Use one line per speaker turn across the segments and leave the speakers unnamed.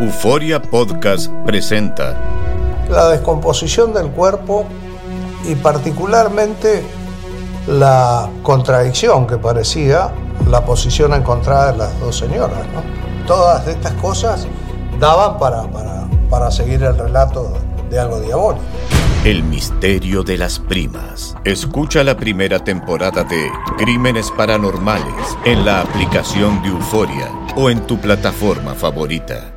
Euforia Podcast presenta
la descomposición del cuerpo y particularmente la contradicción que parecía la posición encontrada de las dos señoras. ¿no? Todas estas cosas daban para, para, para seguir el relato de algo diabólico.
El misterio de las primas. Escucha la primera temporada de Crímenes Paranormales en la aplicación de Euforia o en tu plataforma favorita.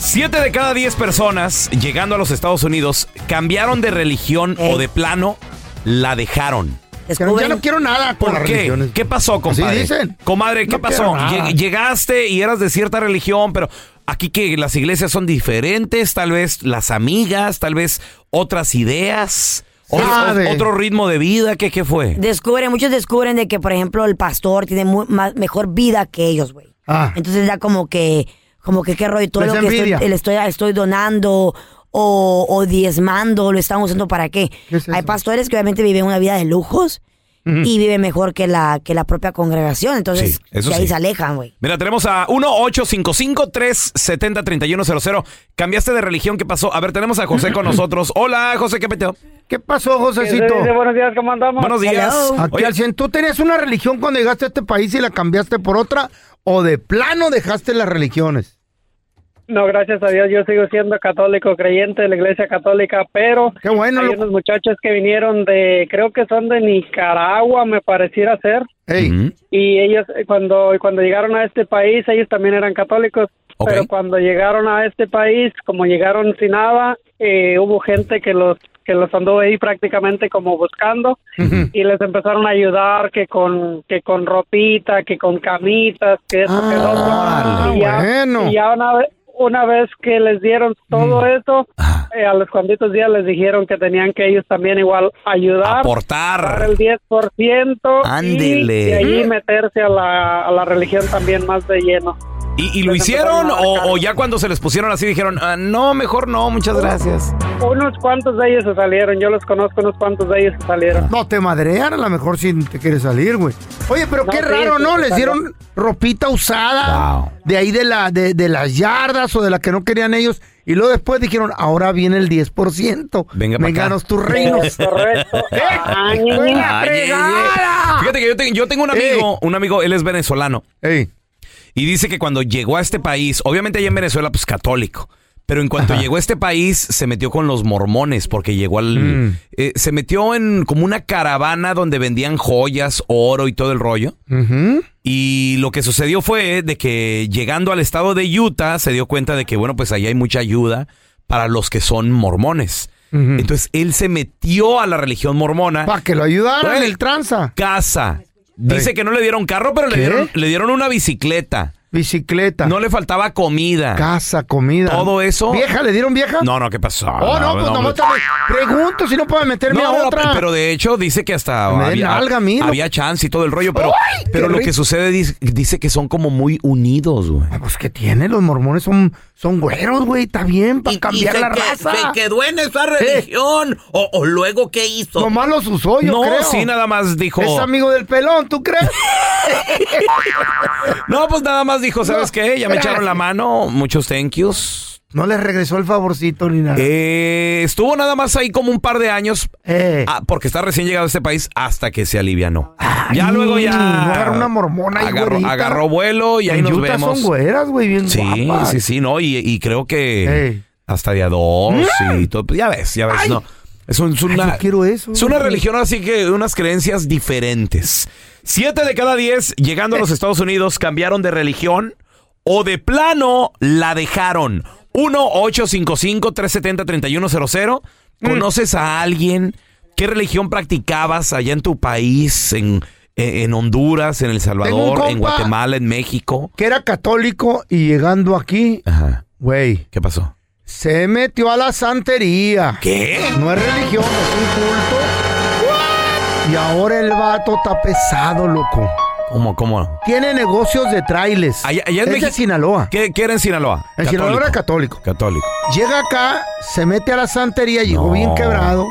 Siete de cada diez personas llegando a los Estados Unidos cambiaron de religión o de plano, la dejaron.
Pero ya no quiero nada con
¿Por
las
qué?
religiones.
¿Qué pasó, compadre?
Así dicen.
Comadre, ¿qué
No
pasó?
quiero nada.
Lleg- Llegaste y eras de cierta religión, pero aquí que las iglesias son diferentes, tal vez las amigas, tal vez otras ideas, otro,
Sabe.
otro ritmo de vida, ¿qué, qué fue?
Descubren, muchos descubren de que, por ejemplo, el pastor tiene mu- más- mejor vida que ellos, güey.
Ah,
Entonces da como que, como que qué rollo, todo
Les
lo
da
que estoy,
envidia.
le estoy, estoy donando o, o diezmando, lo están usando para qué.
¿Qué es eso?
Hay pastores que obviamente viven una vida de lujos y viven mejor que la, que la propia congregación. Entonces,
Sí, eso
de ahí
sí.
se alejan, güey.
Mira, tenemos a 1-855-370-3100. Cambiaste de religión, ¿qué pasó? A ver, tenemos a José con nosotros. Hola, José, ¿qué peteo?
¿Qué pasó,
¿Qué se
Josecito?
dice? Buenos días, ¿cómo andamos?
Buenos días.
Hello.
Aquí
Oye,
al 100. ¿Tú tenías una religión cuando llegaste a este país y la cambiaste por otra? ¿O de plano dejaste las religiones?
No, gracias a Dios, yo sigo siendo católico, creyente de la iglesia católica, pero
Qué bueno,
hay
loco.
unos muchachos que vinieron de, creo que son de Nicaragua, me pareciera ser,
Ey,
y ellos eh, cuando, cuando llegaron a este país, ellos también eran católicos,
Ok.
pero cuando llegaron a este país, como llegaron sin nada, eh, hubo gente que los que los andó ahí prácticamente como buscando y les empezaron a ayudar que con que con ropita, que con camitas, que esto, que lo otro.
Ah,
Y ya-
bueno.
y ya una vez, una vez que les dieron
Mm.
todo eso, eh, a los cuantitos días les dijeron que tenían que ellos también igual ayudar. dar
aportar.
el 10%
Ándele.
y de ahí meterse a la, a la religión también más de lleno.
¿Y, y lo
Pues
hicieron
empezaron a
o,
marcar.
o ya cuando se les pusieron así dijeron, "Ah, no, mejor no, muchas gracias?
Unos cuantos de ellos se salieron, yo los conozco, unos cuantos de ellos se salieron.
No te madrean, a lo mejor si te quieres salir, güey. Oye, pero
No,
qué
sí,
raro,
sí,
¿no?
sí,
Les
claro.
dieron ropita usada
Wow.
de ahí de, la, de, de las yardas o de las que no querían ellos. Y luego después dijeron, ahora viene el 10%.
Venga pa'
Vénganos
acá.
tus reinos.
Correcto. Ah, ñe, ñe.
¡Fuera
¡Eh!
fregada!
Ay, ey, ey. Fíjate que yo, te- yo tengo un amigo, un amigo, él es venezolano,
Ey,
y dice que cuando llegó a este país, obviamente allá en Venezuela, pues católico, pero en cuanto llegó a este país, se metió con los mormones, porque llegó al... eh, se metió en como una caravana donde vendían joyas, oro y todo el rollo.
ujú.
Y lo que sucedió fue de que llegando al estado de Utah se dio cuenta de que, bueno, pues ahí hay mucha ayuda para los que son mormones. Entonces él se metió a la religión mormona.
Para que lo ayudaran
Güey.
el tranza.
Casa. Dice
Ey.
que no le dieron carro, pero le
¿Qué?
dieron, le dieron una bicicleta.
Bicicleta.
No le faltaba comida.
Casa, comida.
Todo eso.
¿Vieja? ¿Le dieron vieja?
No, no, ¿qué pasó?
Oh, no, pues nomás
hombre.
también pregunto si no puedo meterme
No,
a
no,
otra.
pero de hecho dice que hasta
Me den
había,
alga, mira.
había chance y todo el rollo, pero,
¡Ay, qué
pero lo que
rico!
sucede dice, dice que son como muy unidos, güey.
Ah, Pues que tiene, los mormones son, son güeros, güey, está bien para cambiar la raza.
quedó en esa religión. O, o luego, ¿qué hizo?
Nomás los usó, yo
no,
creo.
sí, nada más dijo.
Es amigo del pelón, ¿tú crees?
No, pues nada más dijo, ¿sabes
No,
qué? Ya me echaron la mano, muchos thank yous.
No le regresó el favorcito ni nada.
Eh, estuvo nada más ahí como un par de años,
Eh.
ah, porque está recién llegado a este país, hasta que se alivianó. ya
Ay,
luego ya.
agarró una mormona ahí,
agarró,
güerita.
agarró vuelo y ahí
En
nos
Utah
vemos.
son güeras, güey, bien
Sí,
guapas.
sí, sí, no, y, y creo que
Ey.
hasta de a dos y todo. pues Ya ves, ya ves, no. Es, un- es una,
yo quiero eso.
es una religión así que unas creencias diferentes. Siete de cada diez llegando
Eh.
a los Estados Unidos cambiaron de religión o de plano la dejaron. 1-855-370-3100.
Mm.
¿Conoces a alguien? ¿Qué religión practicabas allá en tu país, en, en Honduras, en El Salvador, en
compa-
Guatemala, en México?
Que era católico y llegando aquí,
Ajá.
güey,
¿Qué pasó?
se metió a la santería.
¿Qué?
No es religión, es un culto. Y ahora el vato está pesado, loco.
¿Cómo, cómo?
Tiene negocios de trailes.
Allá, allá
es
en
de
México.
Sinaloa.
¿Qué, qué era en Sinaloa?
En Sinaloa era católico.
Católico.
Llega acá, se mete a la santería, llegó
No.
bien quebrado.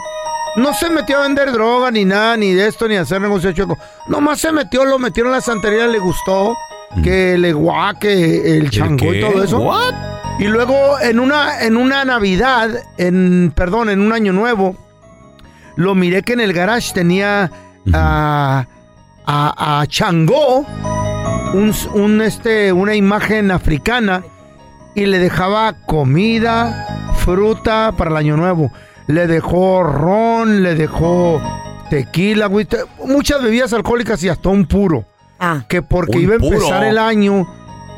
No se metió a vender droga, ni nada, ni de esto, ni a hacer negocio chueco. Nomás se metió, lo metieron a la santería, le gustó. Que le guaque, el chango y
Mm. qué?
todo eso.
What?
Y luego en una, en una Navidad, en, perdón, en un año nuevo, lo miré que en el garage tenía a, a, a Changó, un, s- un, este, una imagen africana, y le dejaba comida, fruta para el año nuevo. Le dejó ron, le dejó tequila, güey, te- muchas bebidas alcohólicas y hasta un puro
Ah.
que porque
Un
iba a
puro.
empezar el año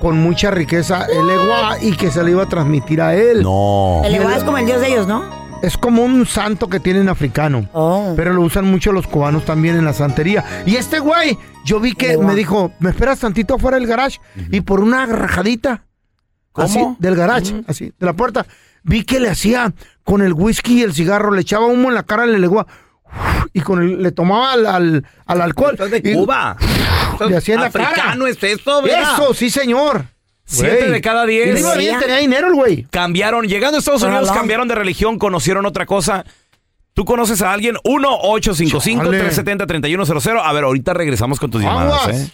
con mucha riqueza el Eguá y que se le iba a transmitir a él.
No.
El Eguá es como el dios de ellos, ¿no?
Es como un santo que tienen africano.
Oh.
Pero lo usan mucho los cubanos también en la santería. Y este güey, yo vi que
El Eguá.
me dijo, ¿me esperas tantito afuera del garage? Y por una rajadita.
¿Cómo?
así, del garage, así, de la puerta. Vi que le hacía con el whisky y el cigarro, le echaba humo en la cara al Eguá. Y con el- le tomaba al, al- al alcohol. Y- Le hacía en la cara.
africano es eso, ¿verdad?
Eso, sí, señor.
Ah. Siete
Güey.
de cada diez.
Tenía bien, tenía dinero el güey.
Cambiaron. Llegando a Estados Unidos, cambiaron de religión, conocieron otra cosa. ¿Tú conoces a alguien? 1-855-370-3100. A ver, ahorita regresamos con tus llamadas,
Aguas.
¿eh?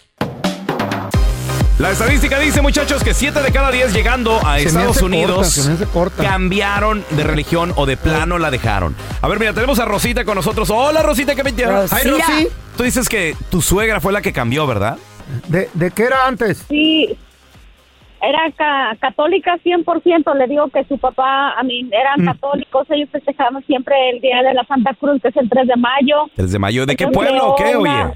La estadística dice, muchachos, que 7 de cada 10 llegando a
Se me
Estados
hace corta,
Unidos
se me hace corta.
cambiaron de religión o de plano la dejaron. A ver, mira, tenemos a Rosita con nosotros. Hola, Rosita, ¿qué me entiendes?
Rosita. Ay, Rosy.
Tú dices que tu suegra fue la que cambió, ¿verdad?
¿De, de qué era antes?
Sí, era ca- católica 100%. Le digo que su papá, a mí, eran católicos. Ellos festejaban siempre el Día de la Santa Cruz, que es el 3 de mayo.
Desde mayo. ¿De qué
Entonces,
pueblo o qué,
una-
oye?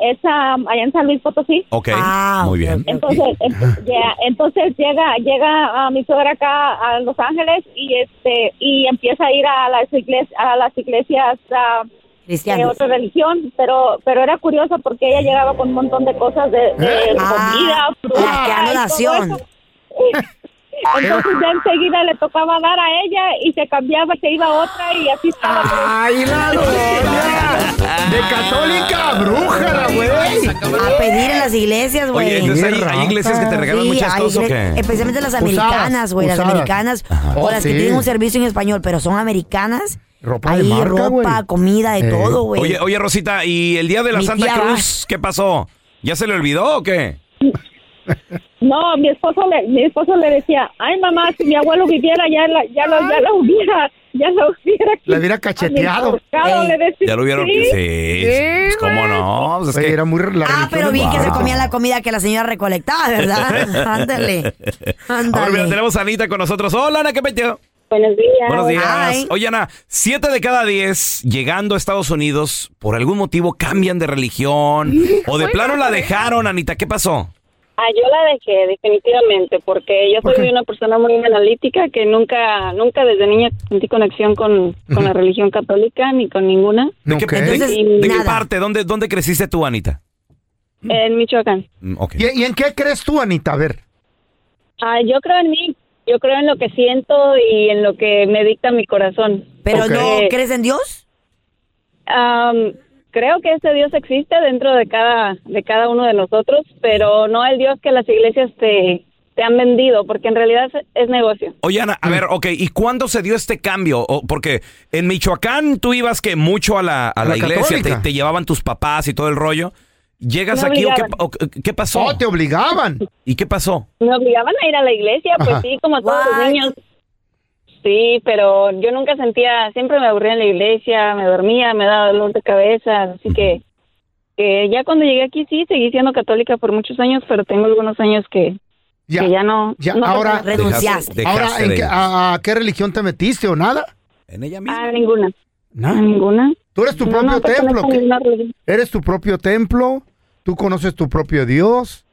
Esa, allá en San Luis Potosí.
Ok,
Ah,
muy
ok,
bien.
ok.
Entonces, ent- ya, entonces llega llega a mi suegra acá a Los Ángeles y este y empieza a ir a las iglesias a las iglesias ah, de
Cristianos.
otra religión, pero pero era curioso porque ella llegaba con un montón de cosas de, de
Ah,
comida,
ah, que
y todo
anotación.
eso. Entonces ya enseguida le tocaba dar a ella y se cambiaba, se iba a otra y así estaba.
¡Ay, la doña! De católica a bruja, la güey.
A pedir en las iglesias, güey.
Oye, entonces hay,
Tierra.
hay iglesias que te regalan
Sí,
muchas
hay
cosas, ¿o
igle-
qué?
Especialmente las
Usadas,
americanas, güey. Las
usadas.
americanas. O
Oh,
las
sí.
que tienen un servicio en español, pero son americanas.
Ropa de
Ahí,
marca,
ropa,
güey.
comida, de
Eh.
todo, güey.
Oye, oye, Rosita, ¿y el día de la
Mi
Santa
tía va.
Cruz qué pasó? ¿Ya se le olvidó o qué?
No, mi esposo le, mi esposo le decía, ay mamá, si mi abuelo viviera ya la, ya lo, ya lo hubiera, ya lo hubiera.
La hubiera cacheteado.
ahorcado",
Ey.
le decía,
¿Ya lo vieron?
"Sí".
Sí, sí, pues, ¿cómo no? Pues es
Güey,
que-
era muy la
Ah,
religión
pero
es
bien que se
guapa.
comía la comida que la señora recolectaba, Ah, ¿verdad? Ándale.
Ahora mira,
Ándale.
tenemos a Anita con nosotros. Hola, Ana, ¿qué metió?
Buenos días.
Buenos días.
Ay.
Oye, Ana, siete de cada diez llegando a Estados Unidos, por algún motivo cambian de religión o de plano la dejaron, Anita. ¿Qué pasó?
Ah, yo la dejé definitivamente porque yo
¿Por
soy
qué?
una persona muy analítica que nunca, nunca desde niña sentí conexión con, con la religión católica ni con ninguna.
¿De, qué,
Ok.
de-
Entonces,
de qué
nada.
parte? ¿Dónde, ¿Dónde creciste tú, Anita? Mm,
en Michoacán.
¿Y, y en qué crees tú, Anita? A ver.
Ah, yo creo en mí, yo creo en lo que siento y en lo que me dicta mi corazón. Eh,
¿Pero Ok. no crees
en Dios? creo que ese Dios existe dentro de cada de cada uno de nosotros, pero no el Dios que las iglesias te te han vendido, porque en realidad es- es negocio.
Oye, Ana,
Mm.
a ver, ok, ¿y cuándo se dio este cambio? O- porque en Michoacán tú ibas que mucho a la, a
A
la
la
iglesia, te,
católica.
te llevaban tus papás y todo el rollo. ¿Llegas
Me
aquí o qué,
obligaban.
o qué- qué pasó?
Oh, te obligaban.
¿Y qué pasó?
Me obligaban a ir a la iglesia, pues
Ajá.
sí, como todos los niños. Sí, pero yo nunca sentía, siempre me aburría en la iglesia, me dormía, me daba dolor de cabeza, así que que ya cuando llegué aquí sí, seguí siendo católica por muchos años, pero tengo algunos años que que ya, no,
Ya,
no
ahora,
renunciaste.
ahora ¿en qué- a, a qué religión te metiste o nada?
En ella
misma. A Ah, ninguna. Ah,
Nada.
ninguna.
Tú eres tu
No,
propio
no, pertenezco
templo.
a
¿qué?
ninguna religión.
Eres tu propio templo. Tú conoces tu propio Dios.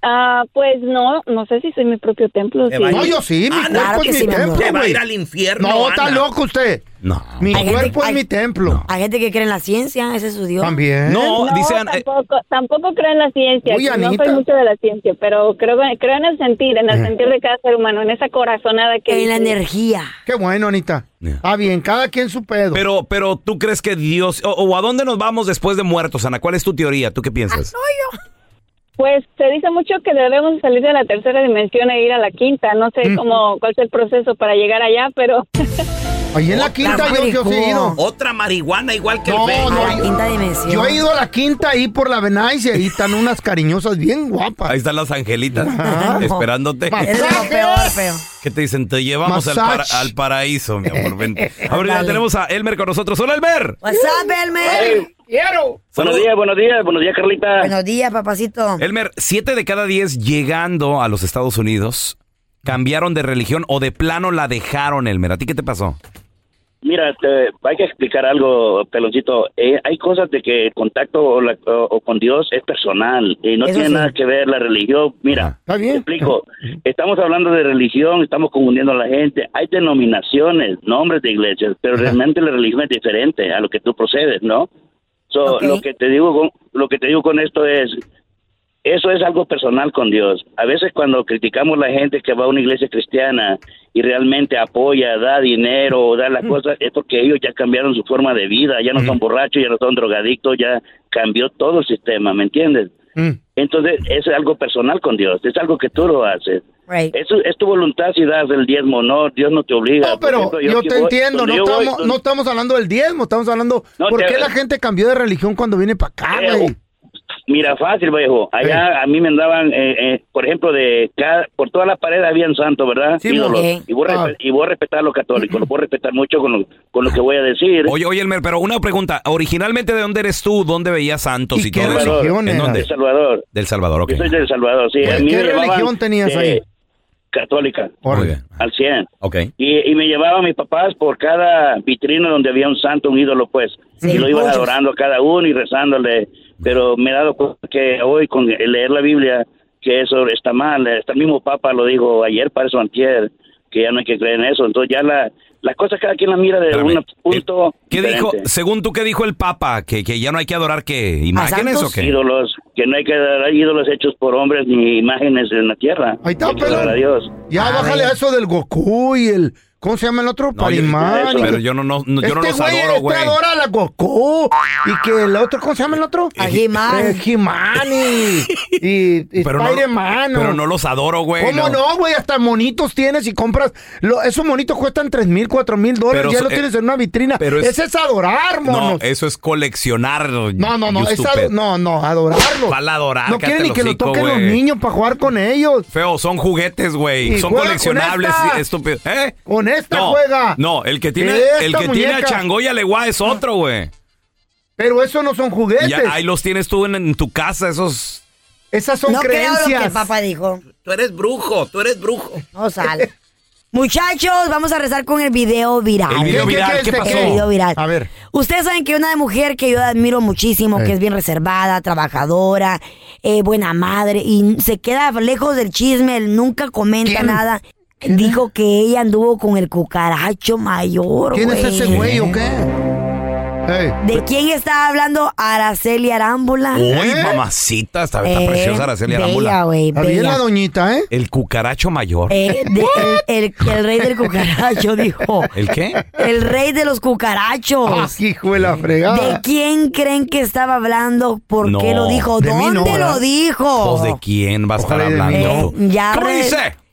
Ah, pues no, no sé si soy mi propio templo. sí.
Ah, No, yo sí, mi cuerpo es mi templo.
Te va a
güey.
ir al infierno,
ah, No,
Ana.
está loco usted.
No.
Mi
Ah, Hay gente-
cuerpo es
hay-
mi templo.
Hay gente que cree en la ciencia, ese es su Dios.
También.
No, dice Ana-
eh,
tampoco, tampoco creo en la ciencia.
Uy,
no
Anita.
soy mucho de la ciencia, pero creo, creo en el sentir, en el
Eh.
sentir de cada ser humano, en esa corazonada que.
En la energía.
Qué bueno, Anita. Ah, bien, cada quien su pedo.
Pero, pero tú crees que Dios, o, o a dónde nos vamos después de muertos, Ana, ¿cuál es tu teoría? ¿Tú qué piensas?
Pues se dice mucho que debemos salir de la tercera dimensión e ir a la quinta. No sé cómo, cuál es el proceso para llegar allá, pero.
Ahí en la
Otra
quinta yo, yo sí he ido.
Otra marihuana igual que
No,
el Benz.
no, A la yo- quinta
dimensión.
Yo he ido a la quinta ahí por la Benais y ahí están unas cariñosas bien guapas.
Ahí están las angelitas
No.
esperándote.
Masajes.
Es lo peor, feo.
¿Qué te dicen? Te llevamos al, para-
Massage.
al paraíso, mi amor. Ven. Ahora ya
Ándale.
tenemos a Elmer con nosotros. ¡Hola, Elmer!
What's up, Elmer?
¡Quiero!
Saludos.
Buenos días, buenos días, buenos días, Carlita.
Buenos días, papacito.
Elmer, siete de cada diez llegando a los Estados Unidos cambiaron de religión o de plano la dejaron, Elmer. ¿A ti qué te pasó?
Mira, este, hay que explicar algo, peloncito. Eh, hay cosas de que el contacto o, la- o- o con Dios es personal y no
Eso
tiene
sí. Ah.
nada que ver la religión. Mira, te explico. Estamos hablando de religión, estamos confundiendo a la gente. Hay denominaciones, nombres de iglesias, pero realmente la religión es diferente a lo que tú procedes, ¿no? So, lo que te digo con, lo que te digo con esto es eso es algo personal con Dios. A veces cuando criticamos a la gente que va a una iglesia cristiana y realmente apoya, da dinero o da las cosas, es porque ellos ya cambiaron su forma de vida, ya no son borrachos, ya no son drogadictos, ya cambió todo el sistema, ¿me entiendes? Entonces, eso es algo personal con Dios, es algo que tú lo haces. Eso es tu voluntad si das el diezmo, no, Dios no te obliga.
No, pero
Por ejemplo,
yo,
que
te
voy-
entiendo,
donde
no
yo voy,
estamos,
donde-
no estamos hablando del diezmo, estamos hablando
No,
por
te- Eh, oh.
qué la gente cambió de religión cuando viene para acá, güey.
Mira, fácil, viejo. Allá a mí me andaban, eh, eh, por ejemplo, de cada, por toda la pared habían santos, ¿verdad?
Sí,
Ídolos.
ok. Ah.
Y, voy a respe- y voy a respetar a los católicos, los voy a respetar mucho con lo, con lo que voy a decir.
Oye, oye, Elmer, pero una pregunta. Originalmente, ¿de dónde eres tú? ¿Dónde veías santos y,
qué
todo eso?
religión
¿En
eras?
dónde?
El Salvador.
Del Salvador, ok.
Yo soy del Salvador, sí.
Bueno.
A mí
¿Qué
me llevaban,
religión tenías
eh,
ahí?
Católica.
Muy bien.
Al 100.
Ok.
Y, y me llevaban mis papás por cada vitrina donde había un santo, un ídolo, pues.
Sí,
y lo iban
muchos.
adorando a cada uno y rezándole. Pero me he dado cuenta que hoy, con el leer la Biblia, que eso está mal. Este mismo Papa lo dijo ayer, para eso antier, que ya no hay que creer en eso. Entonces ya la, las cosas cada quien las mira de un punto
eh, ¿Qué dijo,
diferente.
según tú, qué dijo el Papa? ¿Que, que ya no hay que adorar qué? ¿Imágenes o qué?
Ídolos, que no hay que adorar ídolos hechos por hombres ni imágenes en la tierra. Ahí está, a Dios.
Ya bájale a eso del Goku y el ¿cómo se llama el otro?
No, yo-
Parimán. y-
pero yo no, no, no- yo no
Este
los adoro, güey.
Este adora a la Goku y que el otro ¿cómo se llama el otro? A y, y
Pero no-
Spider-Man.
pero no los adoro, güey,
¿Cómo
no.
no, güey? Hasta monitos tienes y compras. lo- esos monitos cuestan tres mil, cuatro mil dólares.
Pero
Ya
so-
lo
eh,
tienes en una vitrina.
pero es-
Ese es adorar, mono.
No, eh, eso es coleccionar.
No, no, no, es ado- no, no, adorarlos.
Para adorar,
No
cállate
quieren ni
el
que lo
hocico,
toquen los
güey.
niños para jugar con ellos.
Feo, son juguetes, güey.
Y
Son
juega con
coleccionables,
esta.
estúpido. ¿Eh?
Con esta
no,
juega.
No, el que tiene,
Esta
el que tiene a
muñeca.
Chango y a Leguá es otro, güey.
Pero eso no son juguetes.
Ya, ahí los tienes tú en, en tu casa, esos.
Esas son
no creo lo que el
creencias.
papá dijo.
Tú eres brujo, tú eres brujo.
No sale. Muchachos, vamos a rezar con el video viral.
El video ¿Qué- qué- viral, qué es ¿qué este? pasó?
El video viral.
A ver.
Ustedes saben que una mujer que yo admiro muchísimo,
Eh.
que es bien reservada, trabajadora, eh, buena madre, y se queda lejos del chisme, él nunca comenta nada. Dijo que ella anduvo con el cucaracho mayor.
¿Quién es
güey.
ese güey o qué?
¿De quién está hablando Araceli Arámbula?
Uy,
¿Eh?
mamacita, está, está
Eh,
preciosa Araceli
bella,
Arámbula.
güey, Está bien bella. la
doñita, ¿eh?
El cucaracho mayor.
Eh, de- el, el- el rey del cucaracho dijo.
¿El qué?
El rey de los cucarachos.
Ah, hijo de la
¿De
fregada.
quién creen que estaba hablando? ¿Por
No.
qué lo dijo?
De mí no,
¿Dónde
¿verdad?
lo dijo?
Pues, de quién va a estar
Ojalá y de mí
hablando?
Eh, ya
¿Cómo
re-
dice?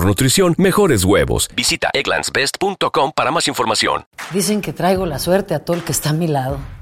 nutrición, mejores huevos. Visita egglandsbest.com para más información.
Dicen que traigo la suerte a todo el que está a mi lado.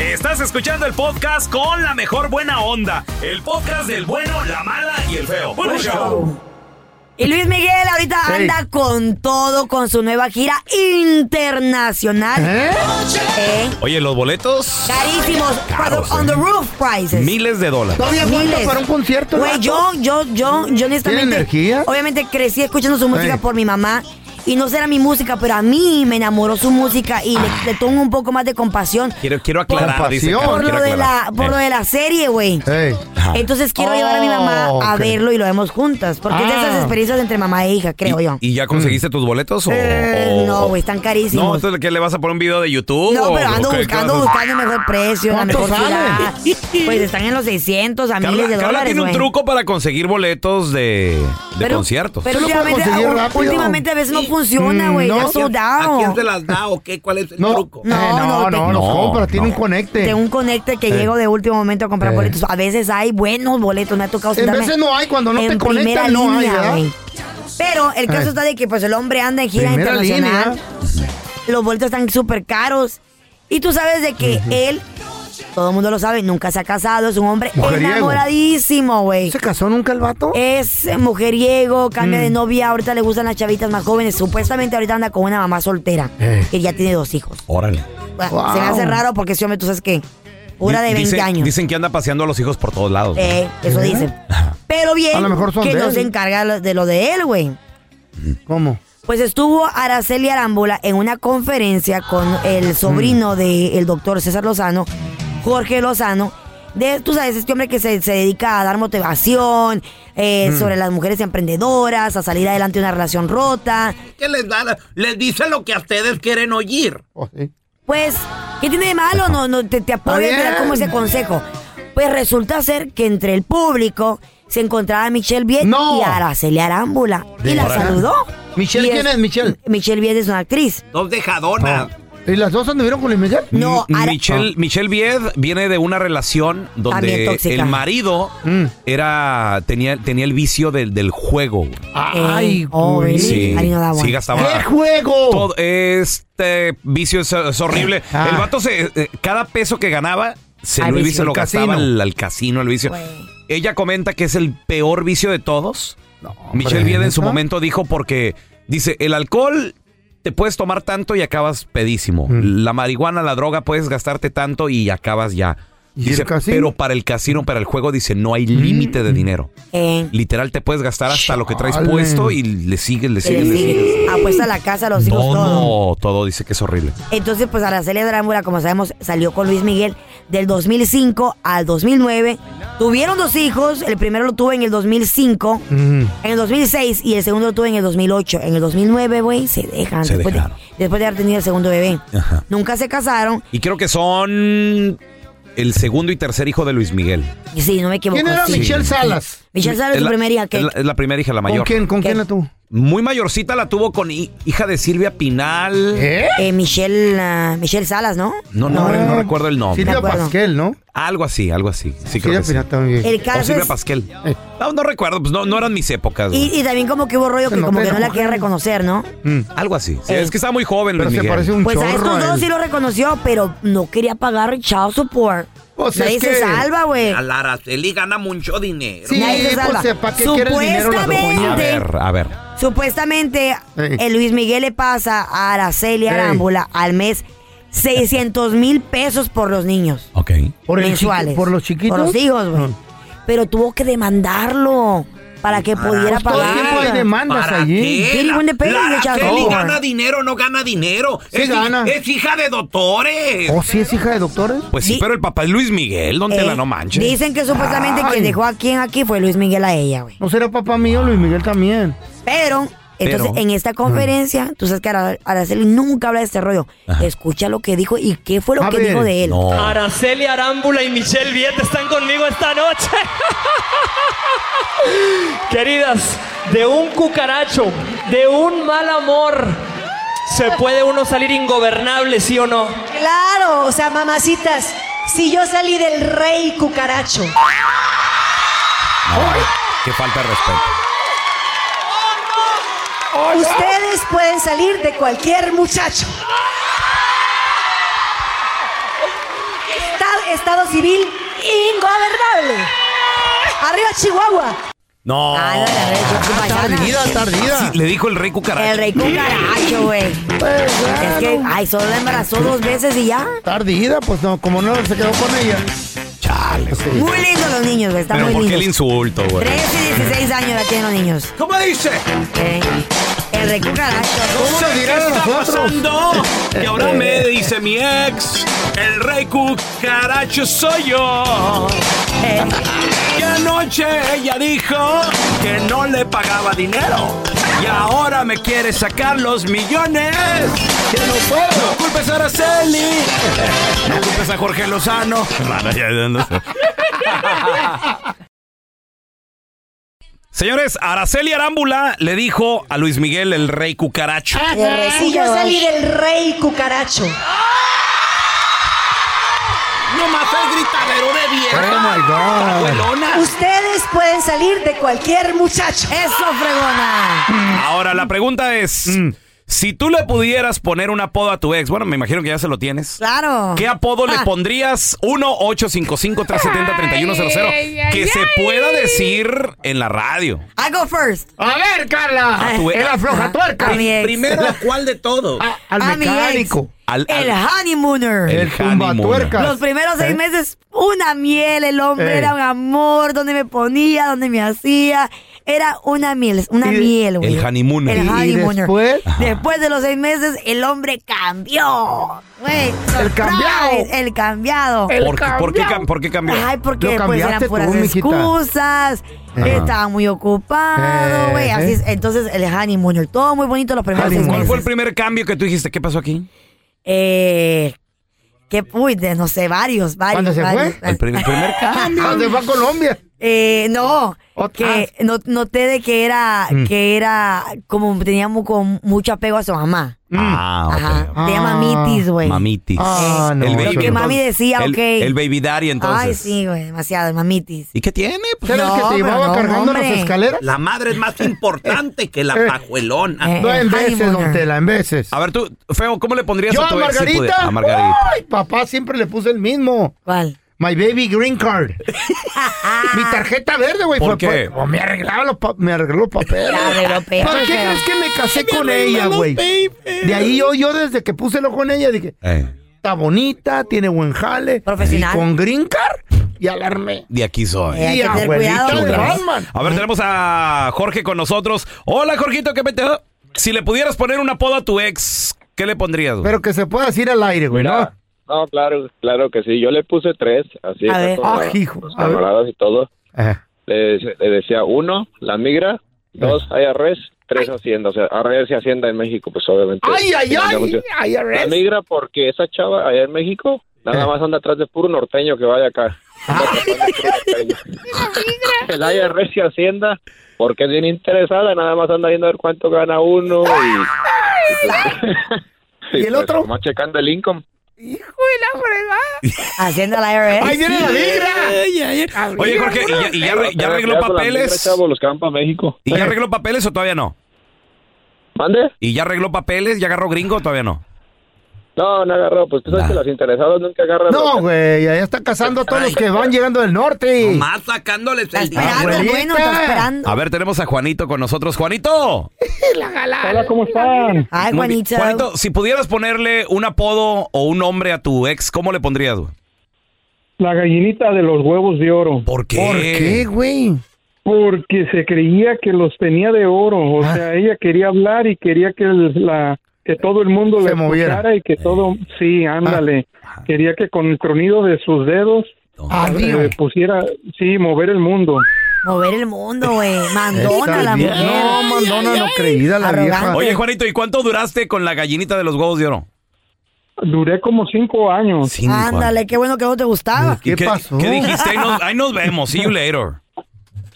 Estás escuchando el podcast con la mejor buena onda. El podcast del bueno, la mala y el feo. Bueno,
Pues,
show.
Y Luis Miguel ahorita
Sí.
anda con todo con su nueva gira internacional. Eh,
Oye, los boletos.
Carísimos.
Caros, ¿eh?
on the roof prices.
Miles de dólares.
Todavía falta para un concierto,
Güey,
vato.
yo, yo, yo, yo honestamente.
energía?
Obviamente crecí escuchando su música
Ey.
por mi mamá. Y no será mi música, pero a mí me enamoró su música y le, le tomo un poco más de compasión.
Quiero, quiero aclarar, dice Carlos,
por
quiero
lo de
aclarar.
la, por
Eh.
lo de la serie, güey.
Ajá.
Entonces quiero llevar a mi mamá a
Ah. ok.
verlo y lo vemos juntas. Porque es de
Ah.
esas experiencias entre mamá e hija, creo yo.
¿Y ya conseguiste
Mm.
tus boletos o,
Eh,
o-
no,
o-
güey, están
No,
carísimos.
entonces ¿qué le vas a poner un video de YouTube?
No,
o-
pero ando
o qué- qué
buscando,
vas a hacer?
buscando mejor precio, la
¿Cuánto
mejor ciudad. Pues están en los 600 a
Carla-
miles de
Carla
dólares,
tiene un
güey.
truco para conseguir boletos de, de
Pero-
conciertos.
Pero últimamente, u- últimamente a veces no funciona, güey. ya oh. soldado.
¿A quién se las da o qué? ¿Cuál es el truco?
Eh, No, no, no,
te-
los
no,
compra, tiene
no.
un conecte.
De un conecte que
Eh.
llego de último momento a comprar
Eh.
boletos. A veces hay buenos boletos, me ha tocado
En
sentarme
veces no hay, cuando no
en
te
primera
conectan no hay,
línea,
¿verdad?
güey. Pero el caso
Eh.
está de que pues el hombre anda en gira
Primera
internacional. Los boletos están súper caros. Y tú sabes de que él, todo el mundo lo sabe, nunca se ha casado, es un hombre
Mujeriego.
enamoradísimo, güey.
¿Se casó nunca el vato?
Es eh, mujeriego, cambia
Mm.
de novia, ahorita le gustan las chavitas más jóvenes. Supuestamente ahorita anda con una mamá soltera,
Eh.
que ya tiene dos hijos.
Órale.
Bueno, Se me hace
Wow.
raro porque ese hombre, tú sabes qué, pura de 20
Dicen-
años.
Dicen que anda paseando a los hijos por todos lados.
Eh, eso dicen. Pero bien,
A lo mejor son
que
de
no
él.
se encarga lo- de lo de él, güey.
¿Cómo?
Pues estuvo Araceli Arámbula en una conferencia con
Mm.
el sobrino del doctor César Lozano, Jorge Lozano. De, tú sabes, este hombre que se, se dedica a dar motivación eh,
Mm.
sobre las mujeres emprendedoras, a salir adelante de una relación rota.
¿Qué les da? la- Les dice lo que a ustedes quieren oír.
Oh,
Pues, ¿qué tiene de malo? No, no te, te apoya, te da como ese consejo. Pues resulta ser que entre el público se encontraba Michelle Viet y Araceli Arámbula.
De
y la
verdad.
saludó.
¿Michelle
Y
quién es, Michelle?
Michelle Viet es una actriz.
Dos dejadonas.
¿Y las dos anduvieron con el Miguel?
No,
M- Mm, Michelle, Michelle Bied viene de una relación
También
donde
Ah. tóxica. Mm.
el marido era tenía, tenía el vicio del, del juego.
Eh, Ay, güey.
Sí, sí gastaba.
¡Qué juego!
Todo- este vicio es, es horrible.
Ah.
El vato se eh, cada peso que ganaba se
Al
lo, iba y
vicio,
se lo
al
gastaba
casino.
al, al casino, al vicio. Ella comenta que es el peor vicio de todos. Michelle Bied en su momento dijo porque dice, el alcohol te puedes tomar tanto y acabas pedísimo. La marihuana, la droga puedes gastarte tanto y acabas ya. Dice, pero para el casino, para el juego, dice, no hay límite de dinero.
Eh,
Literal, te puedes gastar hasta lo que traes
Chale.
puesto y le sigues, le
que le
sigues, le sigues.
sigue, apuesta a la casa, a los hijos,
No,
todo.
no, todo dice que es horrible.
Entonces, pues Araceli Arámbula, como sabemos, salió con Luis Miguel del 2005 al 2009. Tuvieron dos hijos, el primero lo tuvo en el 2005. En el 2006 y el segundo lo tuve en el 2008. En el 2009, güey, se dejan.
Se
después,
dejaron.
De, después de haber tenido el segundo bebé.
Ajá.
Nunca se casaron.
Y creo que son el segundo y tercer hijo de Luis Miguel.
Y sí, no me equivoco.
¿Quién era
sí.
Michelle Salas?
Michelle Salas,
Es
su
la-
primera hija. que-
Es la, es la primera hija, la
¿Con
mayor.
quién, con quién la tuvo?
Muy mayorcita la tuvo con hi- hija de Silvia Pinal.
Eh, Michelle, ah, Michelle Salas, ¿no?
No, no, re- no recuerdo el nombre.
Silvia De acuerdo. Pasquel,
¿no?
Algo así, algo así. Sí,
Silvia
creo que sí.
Pinal también.
El
O
caso
Silvia
es-
Pasquel. No, no recuerdo, pues no, no eran mis épocas. güey.
Y, y también como que hubo rollo que
Se
como que
notó
no la quería reconocer, ¿no?
Algo así. Sí, Es que está muy joven, Luis Miguel.
Eh. Pues a estos dos sí lo reconoció, pero no quería pagar child support.
Pues
Nadie
es
se
que-
salva, güey.
A la Araceli gana mucho dinero.
Sí, Nadie se pues, salva. eh, ¿pa' qué quieres dinero la Supuestamente- compañía?
A ver, a ver.
Supuestamente,
Ey.
el Luis Miguel le pasa a Araceli
Ey.
Arámbula al mes 600 mil pesos por los niños.
Ok.
¿Por el chiqui-
mensuales.
por los chiquitos?
Por los hijos, güey.
Mm.
Pero tuvo que demandarlo para que pudiera
Pues todo el
pagar.
tiempo hay demandas
¿Para
allí.
qué?
Diddy
La-
Wendy Pérez,
la
de Chavo.
Araceli gana dinero, no gana dinero.
Sí
es, hi-
gana.
es hija de doctores.
¿O si es hija de doctores?
Pues sí, pero el papá es Luis Miguel, don
Eh,
Tela, no manches.
Dicen que supuestamente
Ay.
quien dejó a quien aquí fue Luis Miguel a ella, güey.
No será papá mío, Luis Miguel también.
Pero, entonces,
Pero.
en esta conferencia, tú sabes que Ara- Araceli nunca habla de este rollo. Escucha lo que dijo y qué fue lo
A
que
ver.
dijo de él.
Araceli Arámbula y Michelle Viet están conmigo esta noche. Queridas, de un cucaracho, de un mal amor, se puede uno salir ingobernable, ¿sí o no?
Claro, o sea, mamacitas, si yo salí del rey cucaracho.
Qué falta de respeto.
Ustedes pueden salir de cualquier muchacho. Esta- estado civil ingobernable. Arriba Chihuahua.
Ah, No.
Ah,
tardida, tardida.
Sí, le dijo el rey cucaracho.
El rey cucaracho, güey. Es que, ay, solo la embarazó dos veces y ya.
Tardida, pues no, como no se quedó con ella.
Chale.
Muy lindos los niños, güey. Están
Pero
muy
¿por qué el
lindos.
insulto, güey?
13 y 16 años la tienen los niños.
¿Cómo dice?
El rey cucaracho.
No sé qué está pasando. Y ahora me dice mi ex, el rey cucaracho soy yo. Y anoche ella dijo que no le pagaba dinero. Y ahora me quiere sacar los millones. Que no puedo. No culpes a Araceli. No culpes a Jorge Lozano.
Señores, Araceli Arámbula le dijo a Luis Miguel el rey cucaracho.
Ah,
Si yo salí del rey cucaracho.
No más el gritadero de
Oh
vieja.
Oh
Ustedes pueden salir de cualquier muchacho.
Eso, fregona.
Ahora, la pregunta es:
Mm.
si tú le pudieras poner un apodo a tu ex, bueno, me imagino que ya se lo tienes.
Claro.
¿Qué apodo
Ah.
le pondrías? 1-855-370-3100. Que se pueda decir en la radio.
I go first. Ah,
A ver, Carla.
A tu ex.
El aflojatuerca.
A mi ex. Primero,
¿cuál de todos?
Ah, al
A mi ex.
mecánico.
Al- al-
El honeymooner.
El tumbatuercas.
Los primeros seis
¿Eh?
meses, una miel. El hombre
Ey.
era un amor. Donde me ponía, donde me hacía. Era una miel, una miel, güey.
El honeymoon.
El honeymooner.
después?
Después de los seis meses, el hombre cambió. Güey, el
cambiado.
El cambiado.
¿Por, qué- por qué, cam- por qué cambió?
Ay, porque
Lo
pues eran
cambiaste tú,
puras
mijita.
excusas.
Ajá.
Estaba muy ocupado, güey.
Eh,
así es.
eh.
Entonces, el honeymooner. Todo muy bonito los primeros seis
¿Cuál
meses.
fue
pues,
el primer cambio que tú dijiste? ¿Qué pasó aquí?
Eh, que, uy, de no sé, varios, varios.
¿Cuándo se
varios.
¿Eh?
fue?
El prim- el primer
cambio.
¿Dónde va a Colombia?
Eh, no, que no, noté de que era,
Mm.
que era como teníamos con mucho apego a su mamá.
Ah, ok.
Tenía mamitis, güey.
Mamitis.
Ah, no, lo que mami decía,
el-
ok.
El baby daddy, entonces.
Ay, sí, güey, demasiado, el mamitis.
¿Y qué tiene?
Pues ¿Era el que no, te llevaba pero no, cargando las hombre. escaleras?
La madre es más importante que la pajuelona.
Eh.
Eh,
No, en veces, don Tela, en veces.
A ver, tú, Feo, ¿cómo le pondrías
Yo
a
a
tu ex si
Margarita.
pudiera? A Margarita.
¡Oh!
Ay, papá siempre le puse el mismo.
¿Cuál?
My baby green card. Mi tarjeta verde, güey.
¿Por
fue-
qué?
fue- oh, me arreglaba los pa- me arregló los papeles.
Me arregló papeles,
¿Para qué
pero-
crees que me casé
Me
con
arregló
ella,
los
güey? De ahí yo, yo desde que puse el ojo en ella dije,
Eh.
está bonita, tiene buen jale.
Profesional.
Y con green card y alarmé.
De aquí soy.
Eh, hay que tener Abuelita cuidado, de ¿no? Batman.
A ver, tenemos a Jorge con nosotros. Hola, Jorgito, ¿qué mete? Si le pudieras poner un apodo a tu ex, ¿qué le pondrías? güey?
Pero que se pueda decir al aire, güey, ¿no?
No, claro, claro que sí. Yo le puse tres, así
A
acá
ver.
con
Ah,
los-
hijo,
los
a ver.
camaradas y todo.
Ajá.
Le, le decía uno, la migra, dos, IRS, tres, Hacienda. O sea, IRS y Hacienda en México, pues obviamente.
Ay, ay, ay,
Mucho.
IRS.
La migra porque esa chava allá en México nada más anda atrás de puro norteño que vaya acá. El IRS y Hacienda, porque es bien interesada, nada más anda viendo a ver cuánto gana uno y... ¿Y el otro? Más checando el income.
Haciendo la IRS.
¡Ahí viene la migra!
Oye, Jorge, ¿y ya, y ya re- ya arregló
Pero, pero,
papeles?
chavo, los campa México.
¿Y ya arregló papeles o todavía no?
¿Mande?
¿Y ya arregló papeles? ¿Ya agarró gringo o todavía no?
No, no agarró, pues tú sabes que los interesados nunca agarran... lo
No, güey, allá están cazando a todos los que van llegando del norte.
Más sacándoles el
Abuelita.
A ver, tenemos a Juanito con nosotros. ¡Juanito!
Hola, ¿cómo están?
Ay,
Muy bien. Juanito, si pudieras ponerle un apodo o un nombre a tu ex, ¿cómo le pondrías? güey?
La gallinita de los huevos de oro.
¿Por qué?
¿Por qué,
güey?
Porque se creía que los tenía de oro. O sea, ella quería hablar y quería que el- la que todo el mundo
Se
le
moviera.
escuchara y que todo, sí, ándale.
Ah.
Quería que con el cronido de sus dedos
Dios.
eh, pusiera, sí, mover el mundo.
Mover el mundo, güey. Mandona
Está
la
bien.
mujer.
No, mandona no
creída
la vieja. Arrogante.
Oye, Juanito, ¿y cuánto duraste con la gallinita de los huevos de oro?
Duré como cinco años.
Ándale, qué bueno que no te gustaba.
¿Y ¿Qué dijiste? Ahí nos, ahí nos vemos. See you later.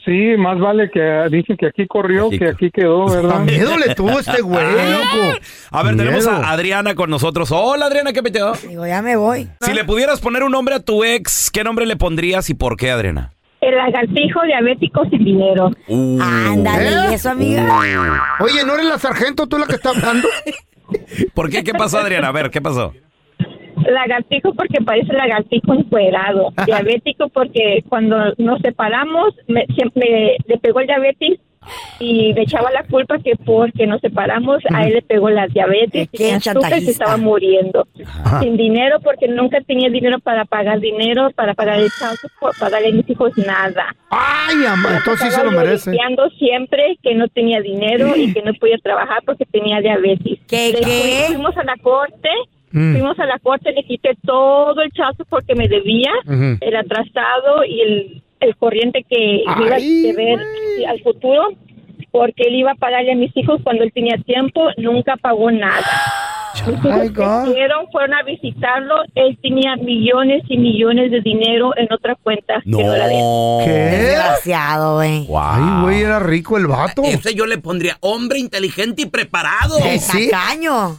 Sí, más vale que dicen que aquí corrió que aquí quedó, ¿verdad?
miedo le tuvo este güey, loco. A ver, tenemos
Miedo.
a Adriana con nosotros. Hola, Adriana, ¿qué peteo?
Digo, ya me voy.
Si le pudieras poner un nombre a tu ex, ¿qué nombre le pondrías y por qué, Adriana?
El lagartijo diabético sin dinero.
Ándale,
¿y eso, amiga?
Oye, ¿no eres la sargento tú la que está hablando?
¿Por qué? ¿Qué pasó, Adriana? A ver, ¿qué pasó?
Lagartijo porque parece lagartijo encuerado. diabético porque cuando nos separamos me, se- me- le pegó el diabetes y me echaba la culpa que porque nos separamos a él le pegó la diabetes y
Qué
azúcar y se
chantajista.
estaba muriendo.
Ajá.
Sin dinero porque nunca tenía dinero para pagar dinero, para pagar el chance, para darle a mis hijos nada.
Ay, ama, entonces sí se lo merece.
Diciendo siempre que no tenía dinero y que no podía trabajar porque tenía diabetes. Después
qué?
Fuimos a la corte,
Mm.
fuimos a la corte, le quité todo el chazo porque me debía,
Ujú.
el atrasado y el, el corriente que iba a deber al futuro, porque él iba a pagarle a mis hijos cuando él tenía tiempo, nunca pagó nada. Mis hijos crecieron, fueron a visitarlo, él tenía millones y millones de dinero en otra cuenta. que no era de él.
¿Qué?
Desgraciado, güey.
Ay, güey, era rico el vato.
Ese yo le pondría hombre inteligente y preparado.
Tacaño.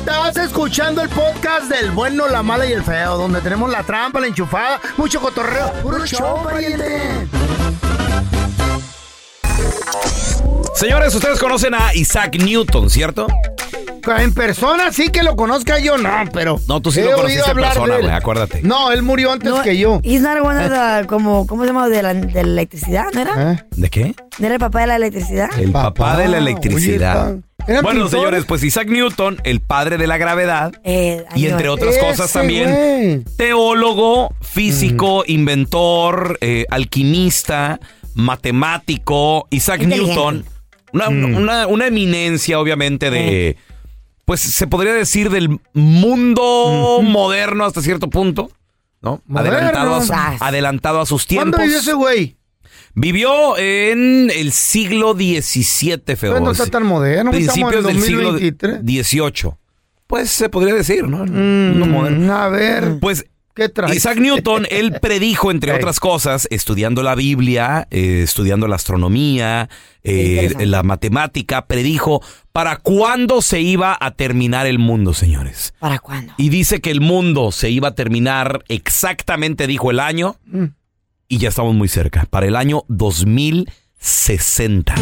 Estás escuchando el podcast del bueno, la mala y el feo, donde tenemos la trampa, la enchufada, mucho cotorreo. ¡Puro show, pariente!
Señores, ustedes conocen a Isaac Newton, ¿cierto?
En persona sí que lo conozca yo, no, pero.
No, tú sí
he
lo
oído
conociste en
hablar de
persona,
él.
güey, acuérdate.
Este,
No, él murió antes que yo.
He's not one of the- como, ¿cómo se llama? De la, de la electricidad, ¿no era?
¿De qué?
¿No era ¿Eh? el papá de la electricidad?
Ah. El papá, de la electricidad.
¿Eran
Bueno,
pintores?
señores, pues Isaac Newton, el padre de la gravedad,
Eh,
y
ay,
entre
no.
otras cosas
Ese,
también,
güey.
teólogo, físico, inventor, eh, alquimista, matemático, Isaac
Inteligente.
Newton, una,
Mm.
una- una eminencia obviamente de,
Eh.
pues se podría decir del mundo moderno hasta cierto punto, ¿no?
Moderno.
Adelantado a, su-
Sas.
adelantado a sus tiempos.
¿Cuándo vivió ese güey?
Vivió en el siglo XVII, feo.
Pues no está tan moderno, güey, estamos en
Principios del siglo
2023.
XVIII. Pues se podría decir, ¿no? No moderno.
Mm, a ver.
Pues
¿Qué traes?
Isaac Newton, él predijo, entre otras cosas, estudiando la Biblia, eh, estudiando la astronomía, eh, la matemática, predijo para cuándo se iba a terminar el mundo, señores.
¿Para cuándo?
Y dice que el mundo se iba a terminar exactamente, dijo el año, y ya estamos muy cerca, para el año 2060.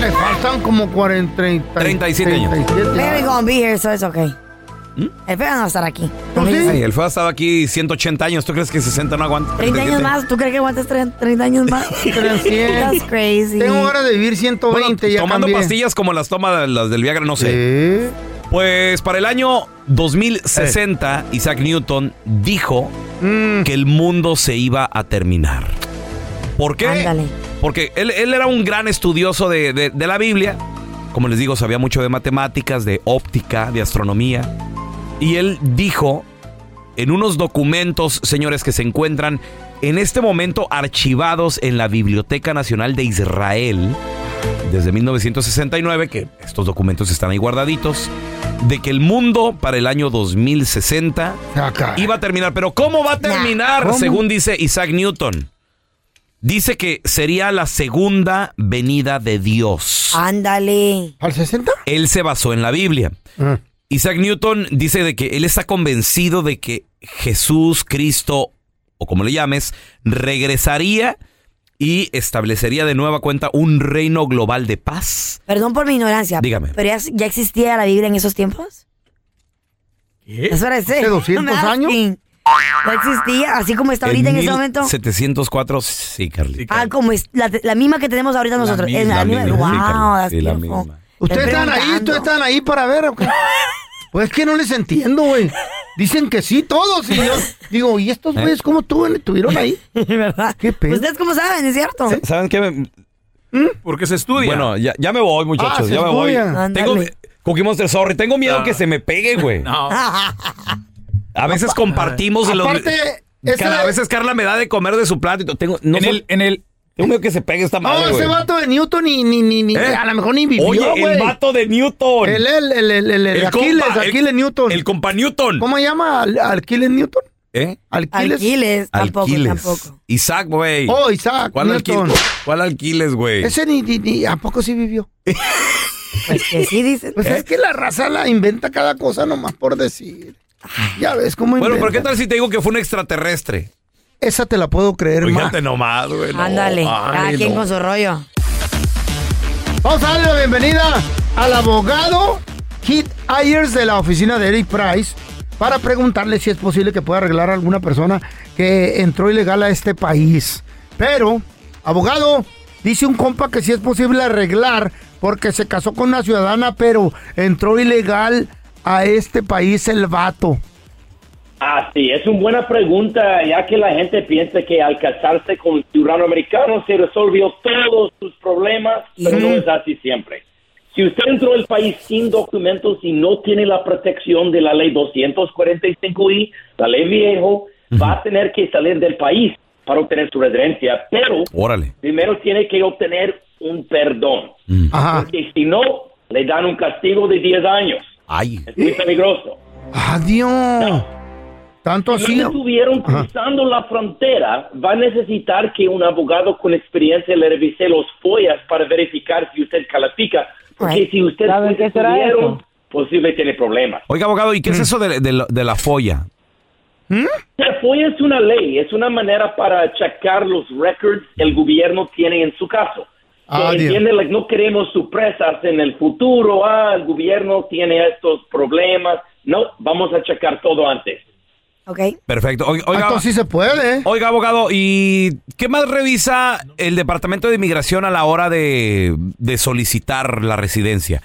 Le faltan como 40, 30,
37 años.
Baby gonna be here, so it's okay. El feo no va a estar aquí.
Ay, el FA estaba aquí 180 años, ¿tú crees que 60 no aguanta?
30 años más, ¿tú crees que aguantas 30, 30 años más?
300.
That's crazy.
Tengo ganas de vivir 120 ya
pues, Tomando
cambié.
pastillas como las toma las del Viagra, no sé. Pues para el año 2060,
Eh.
Isaac Newton dijo
Mm.
que el mundo se iba a terminar. ¿Por qué? Porque él, él era un gran estudioso de, de- de la Biblia. Como les digo, sabía mucho de matemáticas, de óptica, de astronomía. Y él dijo en unos documentos, señores, que se encuentran en este momento archivados en la Biblioteca Nacional de Israel desde 1969, que estos documentos están ahí guardaditos, de que el mundo para el año 2060 iba a terminar. Pero ¿cómo va a terminar?
¿Cómo?
Según dice Isaac Newton. Dice que sería la segunda venida de Dios.
Ándale.
¿Al 60?
Él se basó en la Biblia.
Ah.
Isaac Newton dice de que él está convencido de que Jesús, Cristo, o como le llames, regresaría y establecería de nueva cuenta un reino global de paz.
Perdón por mi ignorancia.
Dígame.
¿Pero ya, ya existía la Biblia en esos tiempos? Eso era ese.
¿Hace 200
años? Ya existía, así como está ahorita en, ese momento.
704, sí, Carly.
Ah, como es la, la misma que tenemos ahorita nosotros. es la misma.
sí,
Wow,
Carly, sí, la
viejo.
misma.
Ustedes están ahí, ustedes están ahí para ver. o qué? Pues es que no les entiendo, güey. Dicen que sí todos y yo digo, ¿y
¿Eh?
estos güeyes cómo tú estuvieron ahí?
¿Verdad?
¿Qué pedo?
Ustedes cómo saben, es cierto.
¿Saben qué? Porque se estudia. Bueno, ya, ya me voy, muchachos.
Ah, se
ya me voy.
estudia.
Tengo,
Ándale.
Cookie Monster, sorry. Tengo miedo
Ah.
que se me pegue, güey.
No.
A veces compartimos los.
Aparte, esa-
Cada vez Carla me da de comer de su plato y to- tengo. No
En
sé-
el-
Tengo miedo que se pegue esta
No,
madre,
oh, ese
güey.
vato de Newton ni, ni, ni, ni-
¿Eh?
a lo mejor ni vivió,
Oye, el
güey.
vato de Newton.
El, el, el, el, el, el
El
Aquiles,
compa, el-
Aquiles Newton.
El compa Newton.
¿Cómo se llama? ¿Al- ¿Aquiles Newton?
¿Eh?
¿Alquiles?
Alquiles,
tampoco,
Alquiles.
tampoco.
Isaac, güey.
Oh, Isaac
¿Cuál
Newton.
Alquiles? ¿Cuál Alquiles, güey?
Ese ni, ni, ni- ¿a poco sí vivió?
pues que sí dicen.
Pues es que la raza la inventa cada cosa nomás por decir. Ya ves cómo
Bueno, pero
inventa.
¿qué tal si te digo que fue un extraterrestre?
Esa te la puedo creer más.
Fíjate nomás, güey. no.
Ándale, cada
Ay,
quien
no.
con su rollo.
Vamos a darle la bienvenida al abogado Kit Ayers de la oficina de Eric Price para preguntarle si es posible que pueda arreglar a alguna persona que entró ilegal a este país. Pero, abogado, dice un compa que sí es posible arreglar porque se casó con una ciudadana, pero entró ilegal a este país el vato.
Ah, sí, es una buena pregunta, ya que la gente piensa que al casarse con un ciudadano americano se resolvió todos sus problemas, pero no es así siempre. Si usted entró al país sin documentos y no tiene la protección de la ley 245i, la ley viejo, va a tener que salir del país para obtener su residencia, pero
Órale.
primero tiene que obtener un perdón, porque si no, le dan un castigo de 10 años.
Ay.
Es muy peligroso.
¡Adiós! Tanto
Si
así.
no estuvieron
Ajá.
cruzando la frontera, va a necesitar que un abogado con experiencia le revise los follas para verificar si usted califica. Porque si usted
¿Saben qué será
estuvieron,
eso?
posible tiene problemas.
Oiga, abogado, ¿y qué
Mm.
es eso de, de la- de la folla?
La FOIA es una ley, es una manera para checar los records el gobierno tiene en su caso.
Ah,
Que
Dios.
entiende, like, no queremos sorpresas en el futuro, ah, el gobierno tiene estos problemas. No, vamos a checar todo antes.
Ok.
Perfecto. Oiga, oiga,
Entonces Ah, sí se puede. ¿eh?
Oiga, abogado, ¿y qué más revisa el Departamento de Inmigración a la hora de, de solicitar la residencia?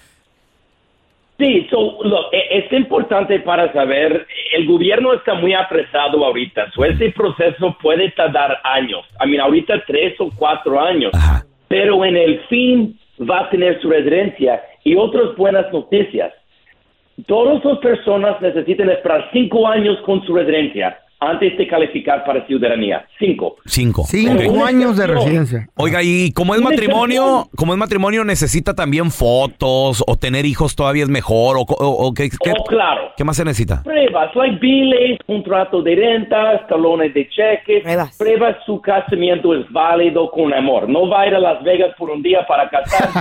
Sí, so, lo- e- es importante para saber, el gobierno está muy apresado ahorita, so ese proceso puede tardar años, a mí ahorita tres o cuatro años, pero en el fin va a tener su residencia y otras buenas noticias. Todas las personas necesitan esperar cinco años con su residencia. antes de calificar para ciudadanía. Cinco.
Cinco.
Cinco
Ok.
años de residencia.
Oiga, y como es
Una
matrimonio, como es matrimonio necesita también fotos o tener hijos todavía es mejor o, co- o- o qué, qué-
Oh, claro.
¿qué más se necesita?
Pruebas, like biles, contrato de renta, talones de cheques. Pruebas. su casamiento es válido con amor. No va a ir a Las Vegas por un día para casarse.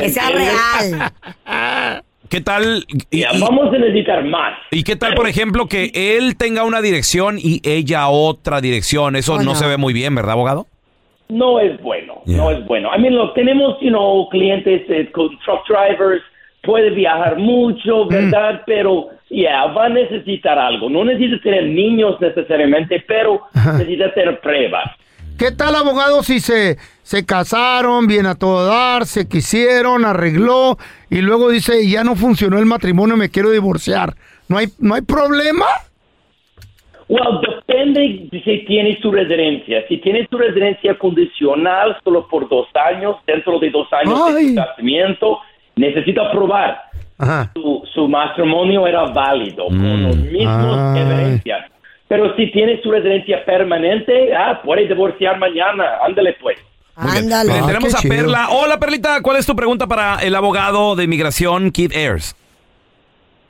Que sea real.
¿Qué tal? Y,
vamos a necesitar más.
¿Y qué tal, por ejemplo, que él tenga una dirección y ella otra dirección? Eso
Oh,
no
no.
se ve muy bien, ¿verdad, abogado?
No es bueno, no es bueno. I mean, look, tenemos, you know, clientes eh, con truck drivers, puede viajar mucho, ¿verdad? Pero, yeah, va a necesitar algo. No necesita tener niños necesariamente, pero necesita tener pruebas.
¿Qué tal, abogado, si se, se casaron, bien a todo dar, se quisieron, arregló y luego dice, ya no funcionó el matrimonio, me quiero divorciar? ¿No hay, no hay problema?
Well, depende de si tiene su residencia. Si tiene su residencia condicional solo por dos años, dentro de dos años de su casamiento, necesita probar su, su matrimonio era válido con los mismos
Ay.
evidencias. Pero si tiene su residencia permanente, ah, puede divorciar mañana. Ándale pues.
Ándale.
Ah,
Mire, tenemos a Perla. Hola, Perlita. ¿Cuál es tu pregunta para el abogado de inmigración, Keith Ayers?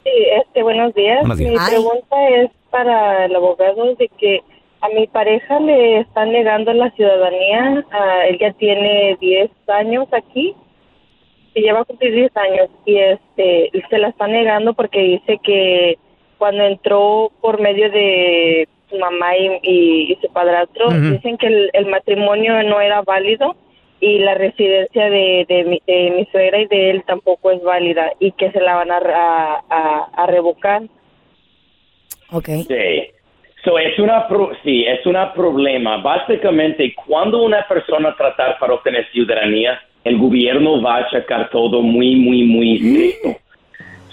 Sí, este, buenos días.
Buenos días.
Mi
Ay.
pregunta es para el abogado de que a mi pareja le están negando la ciudadanía. Ah, él ya tiene 10 años aquí y ya va a cumplir 10 años y este se la está negando porque dice que cuando entró por medio de su mamá y, y- y su padrastro
Ujú.
dicen que el, el matrimonio no era válido y la residencia de, de mi, de mi suegra y de él tampoco es válida y que se la van a, a- a- a revocar.
Ok.
Sí. So, es una pro- sí, es un problema. Básicamente, cuando una persona tratar para obtener ciudadanía, el gobierno va a achacar todo muy, muy, muy estricto.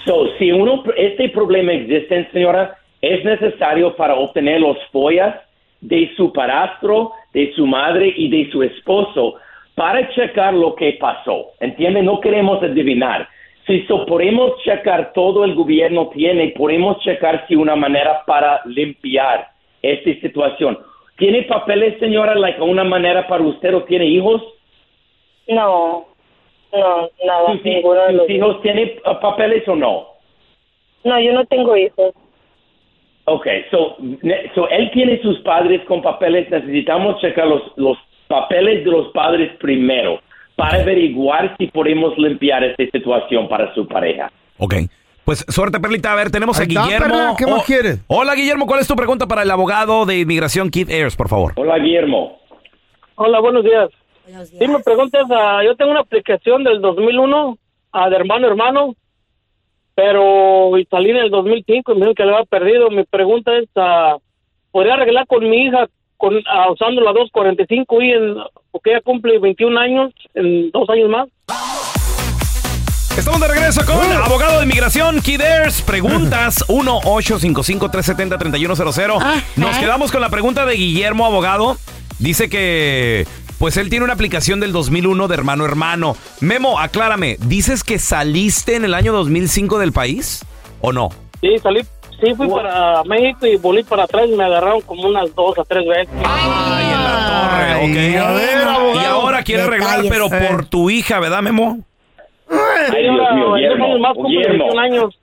So, si uno, este problema existe, señora, es necesario para obtener los follas de su parastro, de su madre y de su esposo para checar lo que pasó. ¿Entiende? No queremos adivinar. Si so- podemos checar todo el gobierno tiene, podemos checar si una manera para limpiar esta situación. ¿Tiene papeles, señora, like una manera para usted o tiene hijos?
No, no, nada,
¿Sus, hi-
ninguno de los
sus hijos tienen uh, papeles o no?
No, yo no tengo hijos.
Ok, so, ne- so él tiene sus padres con papeles, necesitamos checar los, los papeles de los padres primero para averiguar si podemos limpiar esta situación para su pareja.
Ok. Pues suerte, Perlita. A ver, tenemos a
Ahí está,
Guillermo.
Perla. ¿Qué más
quieres? Hola, Guillermo. ¿Cuál es tu pregunta para el abogado de inmigración, Keith Ayers, por favor?
Hola, Guillermo.
Hola, buenos días. Si me preguntas, ah, yo tengo una aplicación del 2001 ah, de hermano a hermano, pero y salí en el 2005 y me dijo que lo había perdido. Mi pregunta es, ah, ¿podría arreglar con mi hija con, ah, usando la 245 y en, porque ella cumple 21 años en dos años más?
Estamos de regreso con abogado de inmigración, Keith Ayers. Preguntas 1-855-370-3100. Nos quedamos con la pregunta de Guillermo, abogado. Dice que... Pues él tiene una aplicación del 2001 de hermano a hermano. Memo, aclárame, ¿dices que saliste en el año 2005 del país o no?
Sí, salí, sí fui para México y volví para atrás y me agarraron como unas dos a tres veces.
Torre, ok. y ahora quiere arreglar, pero por tu hija, ¿verdad, Memo?
Ay, ahora,
mío,
en dos
Guillermo,
años más cumple
Guillermo.
21 años.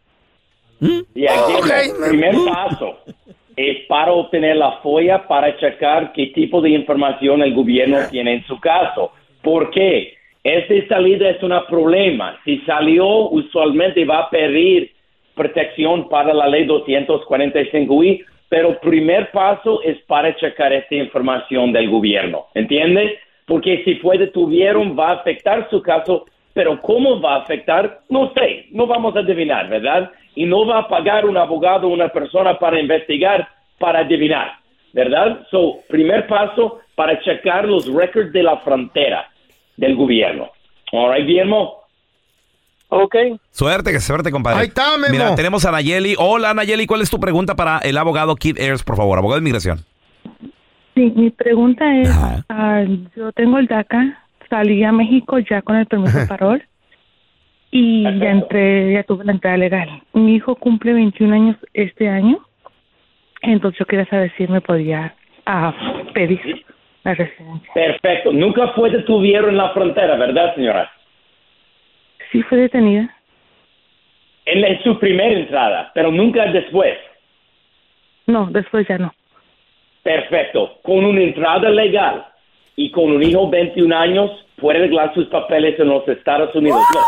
¿Mm?
Y aquí el primer paso es para obtener la FOIA para checar qué tipo de información el gobierno tiene en su caso. ¿Por qué? Esta salida es un problema. Si salió, usualmente va a pedir protección para la ley 245i, pero primer paso es para checar esta información del gobierno, ¿entiendes? Porque si fue detuvieron va a afectar su caso, pero cómo va a afectar, no sé, no vamos a adivinar, ¿verdad? Y no va a pagar un abogado o una persona para investigar, para adivinar, ¿verdad? So, primer paso para checar los récords de la frontera del gobierno. All right, Guillermo.
Ok.
Suerte, que suerte, compadre.
Ahí está, Memo.
Mira, tenemos a Nayeli. Hola, Nayeli, ¿cuál es tu pregunta para el abogado Kid Ayers, por favor? Abogado de inmigración.
Sí, mi pregunta es, ah, yo tengo el DACA, salí a México ya con el permiso de parol y ya entré, ya tuve la entrada legal. Mi hijo cumple 21 años este año Entonces yo quería saber si me podía ah, pedir la residencia.
Perfecto. Nunca fue detuvieron en la frontera, ¿verdad, señora?
Sí fui detenida.
En, la- en su primera entrada, pero nunca después.
No, después ya no.
Perfecto. Con una entrada legal y con un hijo 21 años, puede arreglar sus papeles en los Estados Unidos. No.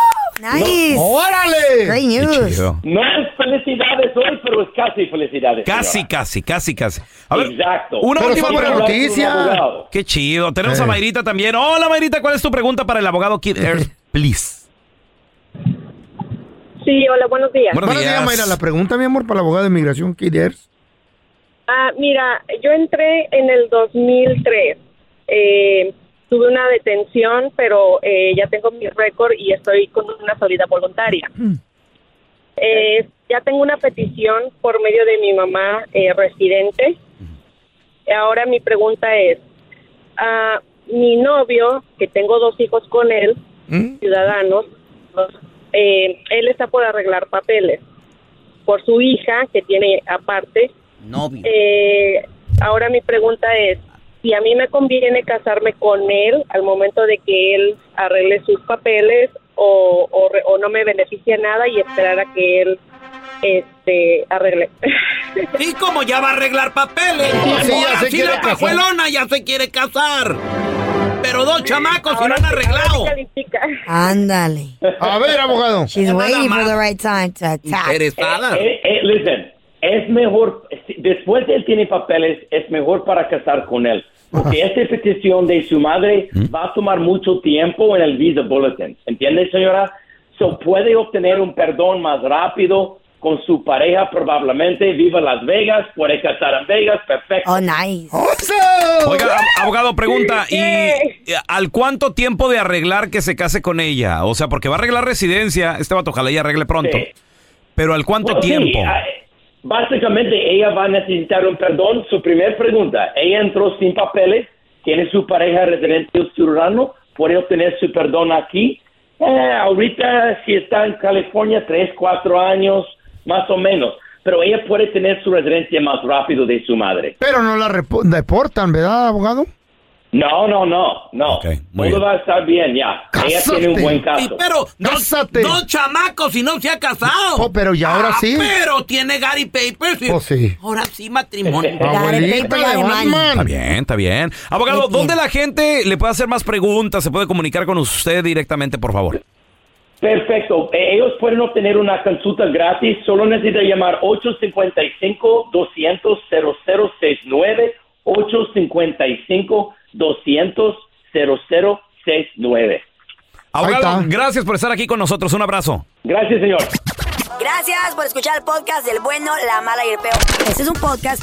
Nice.
No.
¡Órale! Great news.
No es felicidades hoy, pero es casi felicidades.
Casi,
señora.
casi, casi, casi. A ver,
Exacto.
Una
Pero
última
sí, hablar
pregunta.
con un Noticia. abogado.
Qué chido. Tenemos
Eh.
a Mayrita también. Hola, Mayrita. ¿Cuál es tu pregunta para el abogado Kid Earth, please?
Sí, hola, buenos días.
Buenos días, Mayra. La pregunta, mi amor, para el abogado de inmigración, Kiders.
Ah, mira, yo entré en el 2003. Eh, tuve una detención, pero eh, ya tengo mi récord y estoy con una salida voluntaria. Eh, ya tengo una petición por medio de mi mamá eh, residente. Ahora mi pregunta es, ah, mi novio, que tengo dos hijos con él, ¿Mm? ciudadanos, eh, él está por arreglar papeles por su hija, que tiene aparte,
Novio.
eh, ahora mi pregunta es, si a mí me conviene casarme con él al momento de que él arregle sus papeles o, o re- o no me beneficia nada y esperar a que él este arregle.
Y como ya va a arreglar papeles,
Pues
Sí, ya se
ahora sí
quiere
la
casar.
pajuelona ya se quiere casar. Pero dos chamacos se lo han arreglado.
Ándale.
A ver, abogado.
She's waiting for the right time to attack.
Eh, eh, eh, listen, es mejor, si- después de él tiene papeles, es mejor para casar con él. Porque esta petición de su madre
¿Mm?
va a tomar mucho tiempo en el visa bulletin. ¿Entiende, señora? So puede obtener un perdón más rápido con su pareja, probablemente. Viva Las Vegas, puede casar en Vegas, perfecto.
Oh, nice.
Oiga, ab- abogado, pregunta. ¿Y eh, al cuánto tiempo de arreglar que se case con ella? O sea, porque va a arreglar residencia. Este vato, ojalá ya arregle pronto.
Sí.
Pero ¿al cuánto
Bueno, sí,
tiempo?
ah, Básicamente ella va a necesitar un perdón. Su primera pregunta, ella entró sin papeles, tiene su pareja residente o ciudadano, puede obtener su perdón aquí. Eh, ahorita si está en California, tres, cuatro años, más o menos. Pero ella puede tener su residencia más rápido de su madre.
Pero no la repo- deportan, ¿verdad, abogado?
No, no, no, no. Todo va a estar bien ya. Ella tiene un buen caso.
Pero dos, dos chamacos y no se ha casado.
Oh, pero ya ahora
Ah,
sí.
pues,
Pero tiene Gary Papers. y-
Pues sí.
Ahora sí, matrimonio.
Abuelita de Batman. Está bien, está bien. Abogado, ¿dónde la gente le puede hacer más preguntas? ¿Se puede comunicar con usted directamente, por favor?
Perfecto. Eh, Ellos pueden obtener una consulta gratis. Solo necesita llamar 855-200-0069. 855-200-0069.
Abogado, gracias por estar aquí con nosotros. Un abrazo.
Gracias, señor.
Gracias por escuchar el podcast del bueno, la mala y el peor. Este es un podcast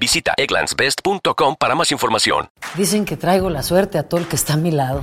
Visita egglandsbest.com para más información.
Dicen que traigo la suerte a todo el que está a mi lado.